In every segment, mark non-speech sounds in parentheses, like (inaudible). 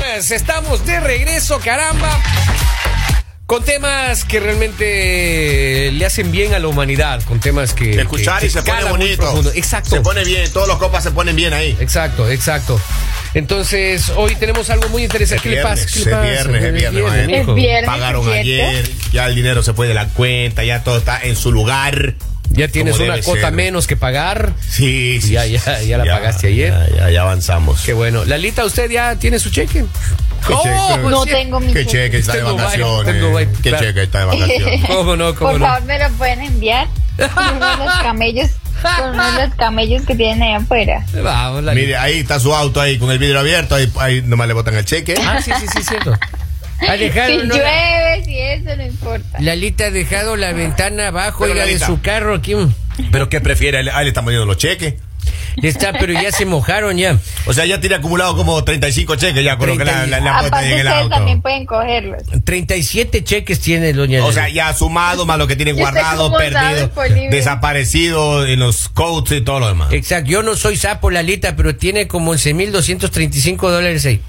más. Estamos de regreso, caramba. Con temas que realmente le hacen bien a la humanidad, con temas que... De escuchar que- y que se pone calan muy bonito. profundo. Exacto. Se pone bien, todos los copas se ponen bien ahí. Exacto, exacto. Entonces, hoy tenemos algo muy interesante. Es ¿Qué le viernes, pasa? ¿Qué le es pasa? viernes, es viernes, maestro. mijo. Es viernes. Pagaron ¿cierto? ayer, ya el dinero se fue de la cuenta, ya todo está en su lugar. Ya tienes Como una debe cuota ser. menos que pagar. Sí, sí. Ya, sí, ya, sí, ya la pagaste ayer. Ya, ya, ya avanzamos. Qué bueno. Lalita, ¿usted ya tiene su cheque? ¿Cómo? cheque? pues No sí. tengo mi Qué cheque. cheque, está de Está en Dubái, está en Dubái, vacaciones. Qué claro. cheque, está (laughs) de vacaciones. ¿Cómo no? ¿Cómo Por no? favor, me lo (laughs) pueden enviar. Con uno de los camellos, con uno de los camellos que tienen ahí afuera. Vamos, Lalita. Mire, ahí está su auto ahí con el vidrio abierto, ahí, ahí nomás le botan el cheque. Ah, sí, sí, sí, cierto. Ha (laughs) dejado, Si no, llueve, si eso, no importa. Lalita ha dejado la ventana abajo, Pero, oiga, de Lalita. su carro aquí. Mm, Pero ¿qué prefiere? Ahí le están poniendo los cheques. Está, pero ya se mojaron ya. O sea, ya tiene acumulado como 35 cheques ya con lo que la, la, la puesta ahí en Aparte, el ustedes auto. también pueden (laughs) cogerlos. 37 cheques tiene doña O Lalita. sea, ya sumado más lo que tienen Yo sé guardado, cómo sabe, perdido, Polibio. desaparecido en los coats y todo lo demás. Exacto, yo no soy sapo Lalita, pero tiene como 11.235 dólares ahí.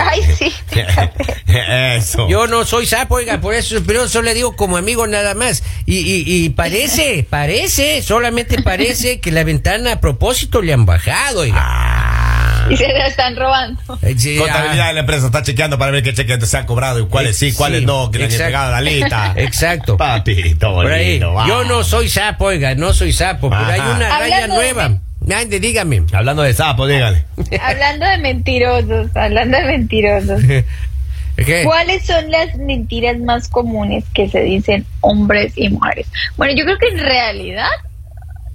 Ay, (laughs) sí. (laughs) Eso. Yo no soy sapo, oiga, por eso, pero yo solo le digo como amigo nada más. Y, y, y parece, parece, solamente parece que la ventana a propósito le han bajado, Ah, oiga. Y se lo (laughs) están robando. Eh, sí, Contabilidad de la empresa está chequeando para ver qué cheques se han cobrado y cuáles sí, Sí, cuáles no, que le han exacto. entregado a la ah, (laughs) lista. Exacto. Papito Por ahí. bonito, va. Yo no soy sapo, oiga, no soy sapo, pero hay Ajá. una raya Hablando de- nueva. Ande, dígame. Hablando de sapo, dígale. hablando de mentirosos, hablando (laughs) de mentirosos. (laughs) ¿Qué? ¿Cuáles son las mentiras más comunes que se dicen hombres y mujeres? Bueno, yo creo que en realidad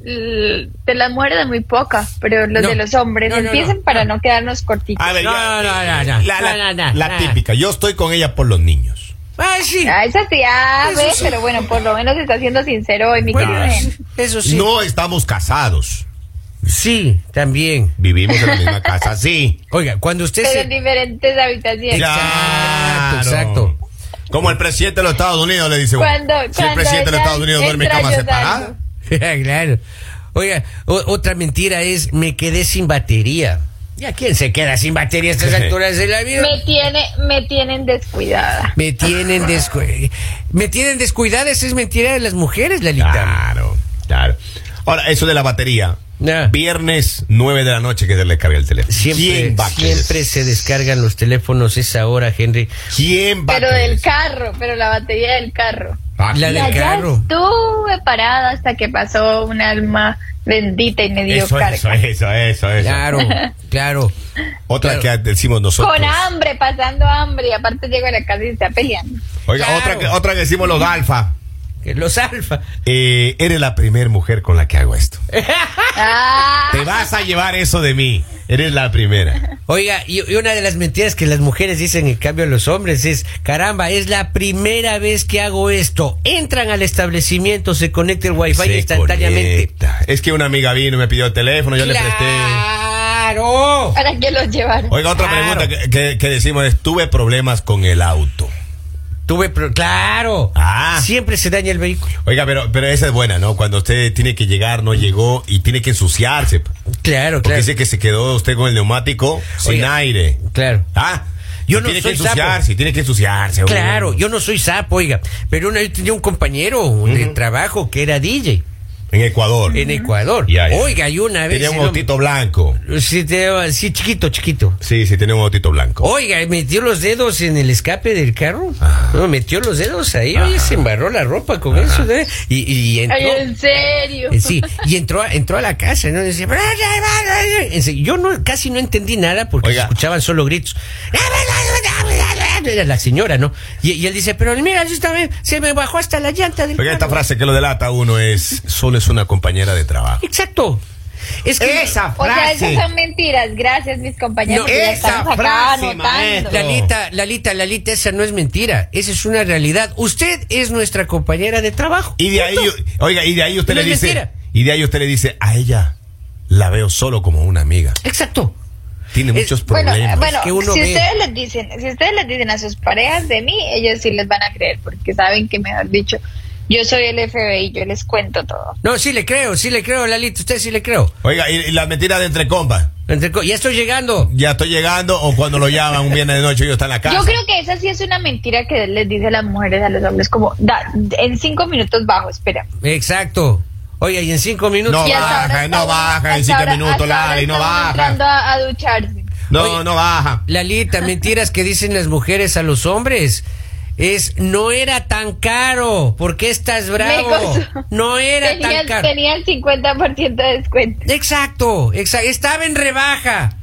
l- de las mujeres es muy poca, pero los No. de los hombres No, no, empiecen no. Ah, para no quedarnos cortitos. A ver, No, ya- eh, no, no, no. La, No, la- no, no, la no. típica. Yo estoy con ella por los niños. Ah, sí. Ah, esa sí, ah, Eso ve, sí. pero bueno, por lo menos está siendo sincero hoy, mi Bueno, querido. Nen. eso sí. No estamos casados. Sí, también. Vivimos en la misma casa, sí. Oiga, cuando usted Pero se... en diferentes habitaciones. Claro. exacto. Como el presidente de los Estados Unidos le dice, Cuando- si el cuando presidente de los ella Estados Unidos duerme en entra, cama yo separada, (laughs) salgo. claro. Oiga, o- otra mentira es me quedé sin batería. ¿Y a quién se queda sin batería a (laughs) estas alturas de la vida? Me tiene, me tienen descuidada. Me tienen descuidada. (laughs) Me tienen descuidada, esa es mentira de las mujeres, Lalita. Claro, claro. Ahora, eso de la batería. Ah. Viernes 9 de la noche que se le carga el teléfono. Siempre, ¿Quién va a creer? siempre se descargan los teléfonos esa hora, Henry. ¿Quién va a Pero creer del eso? carro, pero la batería del carro. Ah, La Y del allá carro. estuve parada hasta que pasó un alma bendita y me dio Eso, carga. eso, eso, eso, eso. (laughs) Claro, claro. Otra Claro. que decimos nosotros. pues. Con hambre, pasando hambre, y aparte llego a la casa y se está peleando. Oiga, Claro. otra, que, otra que decimos los alfa. Que Los alfa. Eh, eres la primer mujer con la que hago esto. Eh. Ah, Te vas a llevar eso de mí. Eres la primera. Oiga, y, y una de las mentiras que las mujeres dicen en cambio a los hombres es, caramba, es la primera vez que hago esto. Entran al establecimiento, se conecta el wifi Se instantáneamente. conecta. Es que una amiga vino y me pidió el teléfono, yo le presté. ¡Claro! para que los llevaron. Oiga, otra Claro. pregunta que, que- que decimos es, tuve problemas con el auto. Tuve, pro- claro. Ah. Siempre se daña el vehículo. Oiga, pero, pero esa es buena, ¿no? Cuando usted tiene que llegar, no llegó y tiene que ensuciarse. Porque Claro, claro. dice que se quedó usted con el neumático sin Oiga, aire. Claro. Ah, Yo y no tiene que soy sapo. ensuciarse, tiene que ensuciarse. hombre. Claro, yo no soy sapo, oiga, pero una vez tenía un compañero de trabajo que era DJ En Ecuador. en Ecuador. Ya, ya. Oiga, y una vez... Tenía un el hombre- autito blanco. Sí, te- sí, chiquito, chiquito. Sí, sí, tenía un autito blanco. Oiga, y metió los dedos en el escape del carro. Ah. No, metió los dedos ahí, oye, se embarró la ropa con eso. ¿eh? Y, y entró. Ay, en serio. Eh, Sí, y entró, entró a la casa, ¿no? Y decía, "Bra, bra, bra, bra". En serio, yo no, casi no entendí nada porque Oiga. se escuchaban solo gritos. Era la señora, ¿no? Y, y él dice, pero mira, yo estaba- se me bajó hasta la llanta del Oiga, esta carro". frase que lo delata a uno es, solo es una compañera de trabajo. Exacto. Es que O sea, esas son mentiras. Gracias, mis No, compañeros. que ya esa estamos acá frase, anotando. maestro. Lalita, Lalita, Lalita, esa no es mentira, esa es una realidad. Usted es nuestra compañera de trabajo. Y de ahí, oiga, y de ahí usted No le es dice, mentira. y de ahí usted le dice, a ella la veo solo como una amiga. Exacto. Tiene Es- muchos Bueno, problemas. bueno que si uno ve. ustedes les dicen, si ustedes les dicen a sus parejas de mí, ellos sí les van a creer porque saben que mejor dicho, yo soy el FBI, yo les cuento todo. No, sí le creo, sí le creo, Lalita, usted sí le creo. Oiga, y, y la mentira de entre compas. Entre co- ya estoy llegando. Ya estoy llegando o cuando lo llaman un viernes de noche yo está en la casa. Yo creo que esa sí es una mentira que les dice a las mujeres a los hombres, como da, en cinco minutos bajo, espera. Exacto. Oye, y en cinco minutos. No Y hasta baja, ahora no está- baja en hasta cinco ahora- minutos, hasta ahora Lali, no estamos baja. entrando a, a ducharse. No, Oye. no baja. Lalita, mentiras que dicen las mujeres a los hombres. Es, no era tan caro. ¿Por qué estás bravo? costó. No era Tenía, tan caro. tenía el 50% de descuento. Exacto, exa- estaba en rebaja.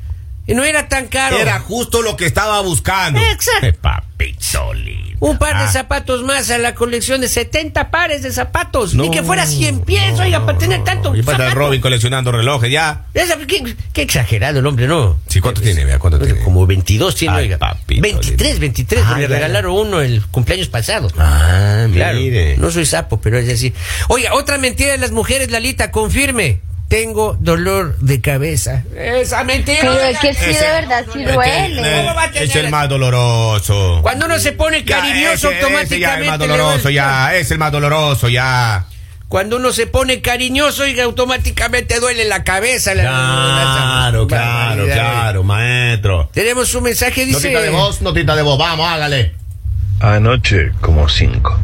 Y no era tan caro. Era justo lo que estaba buscando. Exacto. Eh, Papito lindo. un par de Ah. zapatos más a la colección de 70 pares de zapatos. Ni No, que fuera 100 pies, no, oiga, no, para tener no, tanto. no. Y para el zapato. Robin coleccionando relojes, ya. Esa- qué, qué exagerado el hombre, ¿no? Sí, ¿cuánto tiene? Vea, ¿cuánto tiene? Como 22 tiene, Ay, oiga. papito, 23, lindo. 23, Ah, le ya, ya. regalaron uno el cumpleaños pasado. Ah, Claro, mire. no soy sapo, pero es así. Oiga, otra mentira de las mujeres, Lalita, confirme. Tengo dolor de cabeza. Esa mentira. Pero oiga. es que sí, Ese- de verdad, sí Es que, duele. eh, ¿Cómo va a Es tener- el más doloroso. Cuando uno se pone Ya, cariñoso ese- ese automáticamente. ya es el le más va doloroso, el- ya. Es el más doloroso, ya. Cuando uno se pone cariñoso, oiga, automáticamente duele la cabeza. la- Claro, la- claro, barbaridad. claro, maestro. Tenemos un mensaje, dice. Notita de voz, notita de voz. Vamos, hágale. Anoche como cinco.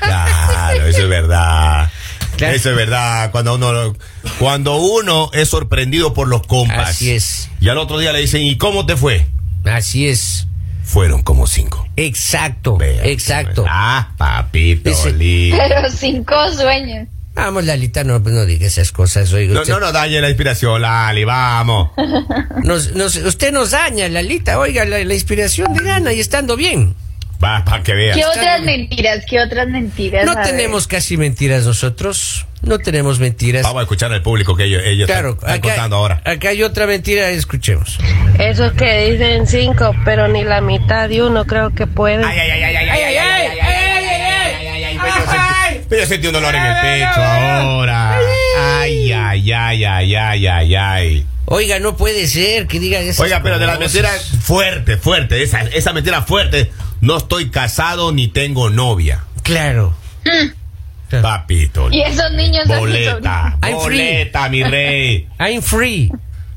Claro, eso es verdad. Claro. Eso es verdad. Cuando uno, cuando uno es sorprendido por los compas. Así es. Y al otro día le dicen, ¿y cómo te fue? Así es. Fueron como cinco. Exacto, Vea, exacto. Ah, papito Dice- (laughs) lindo. (laughs) Pero cinco sueños. Vamos, Lalita, no, pues no diga esas cosas, oiga. No, usted, no nos dañe la inspiración, Lali, vamos. nos- nos- usted nos daña, Lalita, oiga, la, la inspiración de gana y estando bien. Va, para que veas. ¿Qué otras bien. mentiras? ¿Qué otras mentiras? No A ver. tenemos casi mentiras nosotros, no tenemos mentiras. Vamos a escuchar al público que ellos, ellos Claro, están, están acá, contando ahora. acá hay otra mentira, escuchemos. Esos que dicen cinco, pero ni la mitad de uno creo que puede. ay, ay, ay, ay, ay, ay, ay, ay, ay, ay, ay, ay, pero Ay. sentí- Pero sentí un dolor en el Ay, ay, pecho ay, ahora. Ay, ay, ay, ay, ay, ay, ay. Oiga, no puede ser que digan esas Oiga, pero de las cosas. mentiras fuerte, fuerte, esa, esa mentira fuerte. No estoy casado ni tengo novia. Claro. Mm. Ah. Claro. Papito. Y esos niños son mis Boleta, Ah, I'm free. boleta, mi rey. I'm free.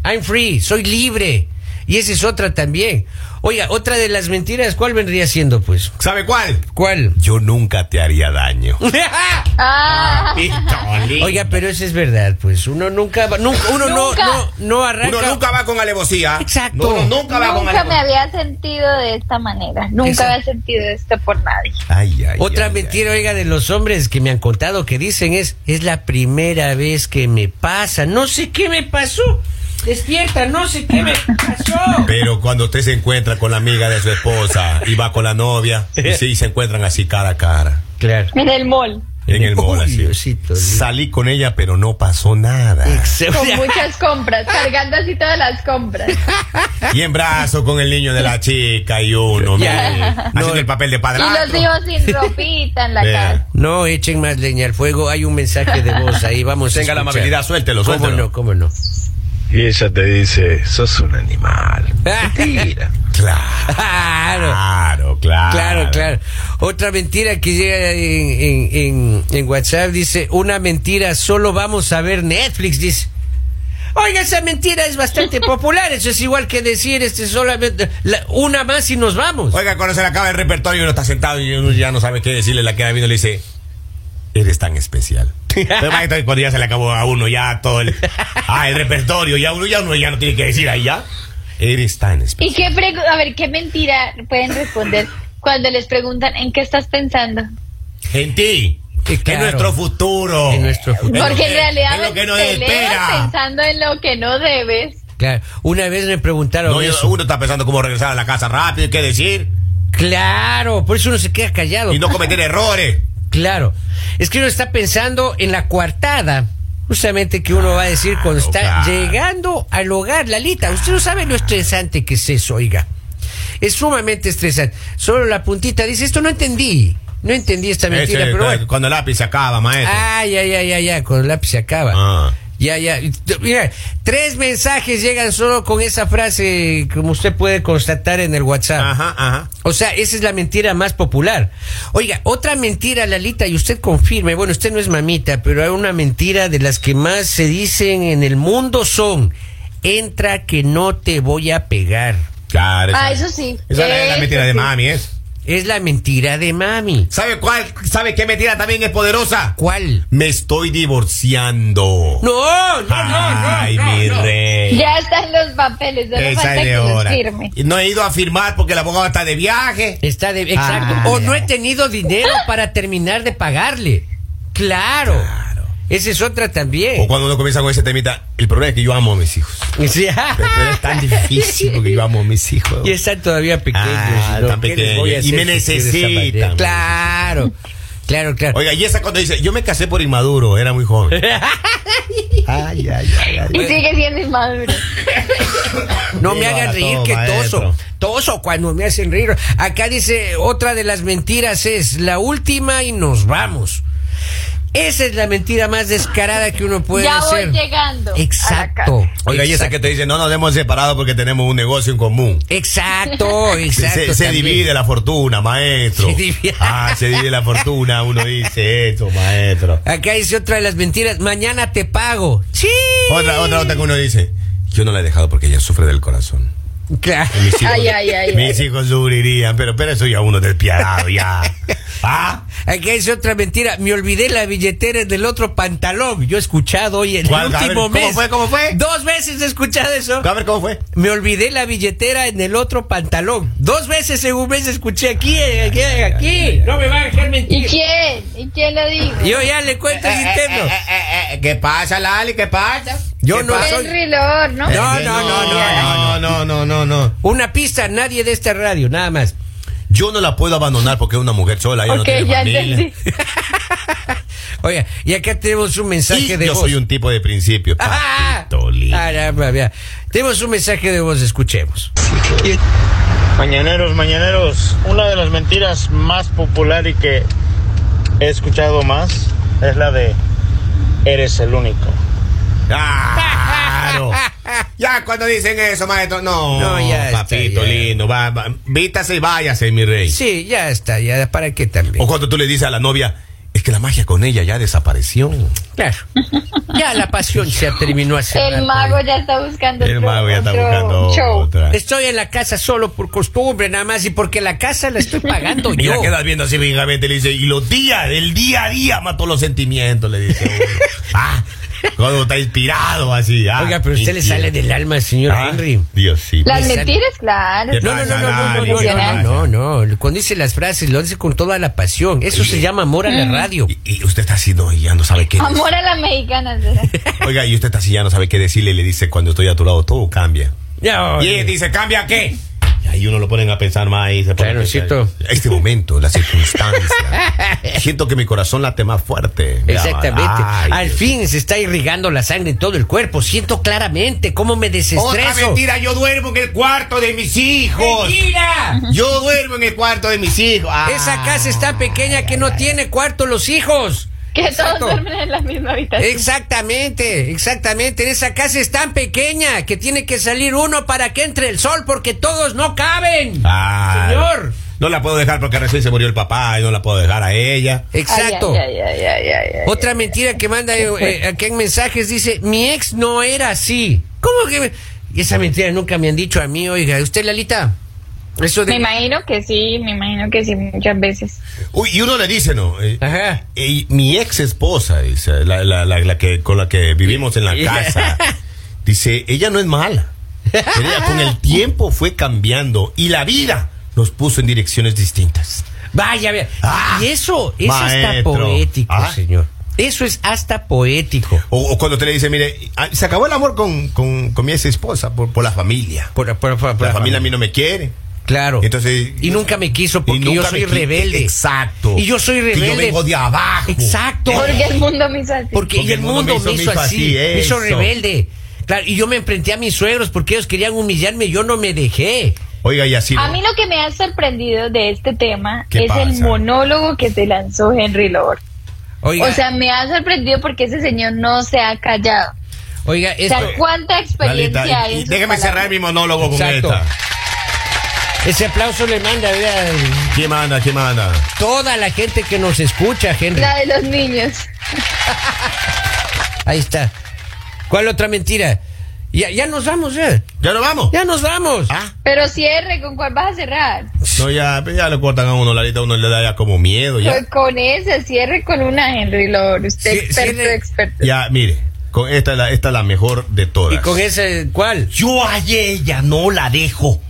I'm free. Soy libre. Y esa es otra también. Oiga, otra de las mentiras, ¿cuál vendría siendo, pues? ¿Sabe cuál? ¿Cuál? (laughs) Yo nunca te haría daño. Ah, Pistolín. Oiga, pero eso es verdad, pues. Uno nunca va, nunca, uno no, Nunca. no, no arranca. Uno nunca va con alevosía. Exacto. Uno nunca va con nunca me alevosía. había sentido de esta manera. Eso. Nunca había sentido esto por nadie. Ay, ay, Otra ay, mentira, oiga, de los hombres que me han contado que dicen es, es la primera vez que me pasa. No sé qué me pasó. Despierta, no sé qué me pasó. Pero cuando usted se encuentra con la amiga de su esposa y va con (laughs) la novia, y sí, se encuentran así cara a cara. Claro. En el mall. En el mall, Uy, así. Diosito, Dios. Salí con ella, pero no pasó nada. Con muchas compras, cargando así todas las compras. Y en brazo con el niño de la chica y uno, mire, Ya. (laughs) haciendo No. el papel de Y padre. los hijos sin ropita en la Vea. casa. No echen más leña al fuego, hay un mensaje de voz ahí, vamos a Tenga la escuchar. amabilidad, suéltelo, ¿Cómo suéltelo. no, cómo (laughs) no? Y ella te dice, sos un animal. Mentira. Claro, Claro, claro, claro. claro, claro. Otra mentira que llega en, en- en- en WhatsApp dice, una mentira, solo vamos a ver Netflix, dice. Oiga, esa mentira es bastante popular, eso es igual que decir este solamente la- una más y nos vamos. Oiga, cuando se le acaba el repertorio y uno está sentado y uno ya no sabe qué decirle, la queda viendo y le dice, eres tan especial. Pero más que cuando ya se le acabó a uno ya todo el, (laughs) ah, el repertorio, ya uno ya, uno ya no tiene que decir ahí ya, eres tan especial. ¿Y qué pregu- A ver, ¿qué mentira pueden responder cuando les preguntan en qué estás pensando? En ti, Sí, claro. en nuestro futuro. En nuestro futuro. lo Porque en que- realidad en eh, lo que nos te leas espera. pensando en lo que no debes. Claro, una vez me preguntaron No, yo- eso. uno está pensando cómo regresar a la casa rápido, qué decir, Claro, por eso uno se queda callado. y no cometer errores. Claro. Es que uno está pensando en la coartada. Justamente que uno va a decir cuando está Claro, claro. llegando al hogar, Lalita. Usted no sabe lo estresante que es eso, oiga. Es sumamente estresante. Solo la puntita dice, esto no entendí. No entendí esta mentira, Ese, pero bueno. Ah. Cuando el lápiz se acaba, maestro. Ay, ay, ay, ay, ay, con el lápiz se acaba. Ah. Ya, ya. Mira, tres mensajes llegan solo con esa frase, como usted puede constatar en el WhatsApp. Ajá, ajá. O sea, esa es la mentira más popular. Oiga, otra mentira, Lalita, y usted confirme, bueno, usted no es mamita, pero hay una mentira de las que más se dicen en el mundo son, entra que no te voy a pegar. Claro. Ah, eso sí. Esa es la- la, Eso mentira de sí. mami, ¿es? Es la mentira de mami. ¿Sabe cuál? ¿Sabe qué mentira también es poderosa? ¿Cuál? Me estoy divorciando. No, no, no, no. Ay, no, mi no. rey. Ya están los papeles, solo Eh. Esa falta es que de los hora. firme. Y No he ido a firmar porque la abogada está de viaje. Está de exacto. Ah, o ya. no he tenido dinero para terminar de pagarle. Claro. Esa es otra también. O cuando uno comienza con ese temita, el problema es que yo amo a mis hijos. (laughs) Sí. Pero (laughs) es tan difícil porque yo amo a mis hijos. Y están todavía pequeños. Ah, ¿no? tan ¿Qué les voy a hacer pequeños. Y me si quieren esa necesitan. manera? Claro, claro, claro. Oiga, y esa cuando dice, yo me casé por inmaduro, era muy joven. ay, ay, ay, ay. Y sigue siendo inmaduro. no me Llévala hagan reír, todo, que maestro. toso. Toso cuando me hacen reír. Acá dice, otra de las mentiras es la última y nos vamos. Esa es la mentira más descarada que uno puede ya hacer. voy llegando. a la Exacto. casa. Oiga, y esa exacto. que te dice, no nos hemos separado porque tenemos un negocio en común. (laughs) Exacto, Se- exacto. se, se también. divide la fortuna, maestro. Se divide. Ah, se divide la fortuna, uno dice eso, maestro. Acá dice otra de las mentiras, mañana te pago. Sí. Otra, otra, otra que uno dice, yo no la he dejado porque ella sufre del corazón. Claro. Mis hijos, Ay, ay, ay, mis hijos sufrirían, pero, pero eso ya uno (laughs) despiadado, ya. ¿Ah? Aquí es otra mentira. Me olvidé la billetera del otro pantalón. Yo he escuchado hoy el ¿Cuál? A ver, último ¿cómo mes. fue? ¿Cómo fue? Dos veces he escuchado eso. A ver cómo fue. Me olvidé la billetera en el otro pantalón. Dos veces en un mes escuché aquí, eh, aquí, eh, aquí. No me va a dejar ¿Y mentir. quién? ¿Y quién lo dijo? Yo ya le cuento Eh, el interno. ¿Qué pasa, Lali? ¿Qué pasa? Yo no Henry soy. Lord, ¿no? No. no, no, no, no, no, no. Una pista, nadie de esta radio, nada más. Yo no la puedo abandonar porque es una mujer sola, ella ok, no tiene ya familia. (laughs) entendí. Oiga, y acá tenemos un mensaje Y de yo voz. soy un tipo de principio. ¡Ah! papito lindo. Caramba, vea. Tenemos un mensaje de voz, escuchemos. Mañaneros, mañaneros, una de las mentiras más popular y que he escuchado más es la de eres el único. Claro. (laughs) Ya cuando dicen eso, maestro, no. No, ya está, Papito ya. lindo, va, va, vítase y váyase, mi rey. Sí, ya está, ya, ¿para qué también? O cuando tú le dices a la novia, es que la magia con ella ya desapareció. (laughs) Claro. Ya la pasión se terminó hace El rato. mago ya está buscando El otro- mago ya está otro buscando show. otra. Estoy en la casa solo por costumbre, nada más, y porque la casa la estoy (laughs) pagando Y la yo. quedas viendo así fijamente y le dice, y los días, el día a día mató los sentimientos, le dice uno. (laughs) ah, cuando está inspirado así. ah, Oiga, pero usted le sale del alma, señor Ah, Henry. Dios sí. Las Me sale- mentiras, claro. ¿Qué No, no, no, no, no, no, no, no, no, no. Cuando dice las frases, lo dice con toda la pasión. Eso se llama amor a la radio. Mm. Y, y usted está así, no, y ya no sabe qué. Amor a la mexicana. (laughs) ¿verdad? Oiga, y usted está así, ya no sabe qué decirle. Le dice, cuando estoy a tu lado, todo cambia. Ya, Y ella dice, ¿cambia qué? Y ahí uno lo ponen a pensar más y se pone Claro, a pensar. cierto. Este momento, (laughs) la circunstancia. Siento que mi corazón late más fuerte. Exactamente. Ay, Al Dios. fin se está irrigando la sangre en todo el cuerpo. Siento claramente cómo me Otra desestreso. mentira, yo duermo en el cuarto de mis hijos. ¡Mentira! Yo duermo en el cuarto de mis hijos. Ah. Esa casa está pequeña que no tiene cuarto los hijos. Que todos Exacto. duermen en la misma habitación. Exactamente, exactamente. En esa casa es tan pequeña que tiene que salir uno para que entre el sol porque todos no caben. Ah. Señor. No la puedo dejar porque recién se murió el papá y no la puedo dejar a ella. Eh. Exacto. Ay, ay, ay, ay, ay, ay. Otra mentira que manda eh, eh, aquí en mensajes dice, mi ex no era así. ¿Cómo que? me- Y esa mentira nunca me han dicho a mí, oiga. ¿Usted, Lalita? Eso Me de... imagino que sí, me imagino que sí, muchas veces. Uy, y uno le dice, ¿no? Eh, Ajá. eh, mi ex esposa, dice, la, la- la- la que, con la que vivimos en (laughs) la casa, dice, ella no es mala. Pero ella con el tiempo fue cambiando y la vida nos puso en direcciones distintas. Vaya, vea. Ah, y eso, eso está maestro. poético, Ah. señor. Eso es hasta poético. O, o cuando te le dice, mire, ah, se acabó el amor con, con- con mi ex esposa por, por la familia. Por, por- por- por- La familia a mí no me quiere. Claro. Entonces- y nunca me quiso porque Y nunca yo me soy qui- rebelde. Exacto. Y yo soy Que rebelde. yo vengo de abajo. Exacto. Porque el mundo me hizo así. Porque y el mundo me hizo, así, me hizo eso. rebelde. Claro, y yo me enfrenté a mis suegros porque ellos querían humillarme y yo no me dejé. Oiga, y así. A ¿no? mí lo que me ha sorprendido de este tema ¿Qué es el pasa? monólogo que se lanzó Henry Lord. Oiga, O sea, me ha sorprendido porque ese señor no se ha callado. Oiga, este, O esto, sea, ¿cuánta experiencia Lalita, hay? y- y en sus déjeme cerrar palabras? mi monólogo con Exacto. esta. ese aplauso le manda ¿verdad? ¿Quién manda? ¿Quién manda? toda la gente que nos escucha, Henry. La de los niños. Ahí está. ¿Cuál otra mentira? Ya, ya nos vamos, ya. ¿Ya nos vamos? Ya nos vamos. Ah, Pero cierre, ¿con cuál vas a cerrar? no, ya, ya le cortan a uno, Lalita, a uno le da ya como miedo. Ya, Con- Con ese, cierre con una, Henry Lord. Usted Sí, experto, cierre. experto. eh, ya mire, con esta, es la- esta es la mejor de ¿Y todas. con ese cuál? Yo a ella no la dejo,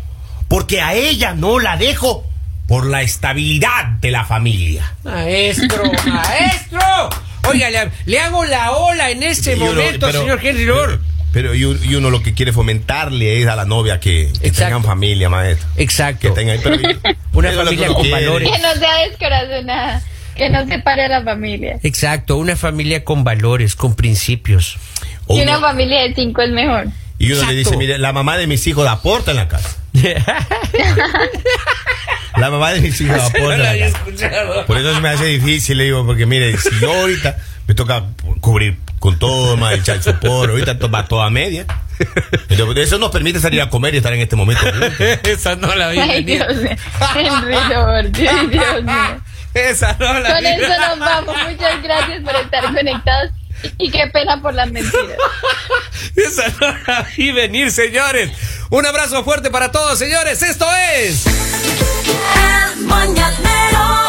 porque a ella no la dejo por la estabilidad de la familia. Maestro, maestro. Oiga, le, le hago la ola en este Y uno- momento, pero- señor Henry Lord. Pero, pero y, un- y uno lo que quiere fomentarle es a la novia que, que Exacto. tengan familia, maestro. Que Exacto. tengan (laughs) pero- Una eso es lo que familia uno con quiere. valores. Que no sea descorazonada. Que no se pare la familia. Exacto, una familia con valores, con (laughs) principios. O Y una uno- familia de cinco es mejor. y uno Exacto. le dice, mire, la mamá de mis hijos aporta en la casa. La mamá de mis (laughs) hijos aporta en la casa. Por eso se me hace difícil, le digo, porque mire, si yo ahorita me toca cubrir con todo, más el chalchopor, ahorita to- va toda media. Entonces, eso nos permite salir a comer y estar en este momento. juntos. Esa no la vi Ay, venir. Dios mío. Henry (laughs) Lord. Dios mío. Esa no la Con vi. (laughs) eso nos vamos. Muchas gracias por estar conectados. Y qué pena por las mentiras. Esa no la vi venir, señores. Un abrazo fuerte para todos, señores. Esto es. El mañanero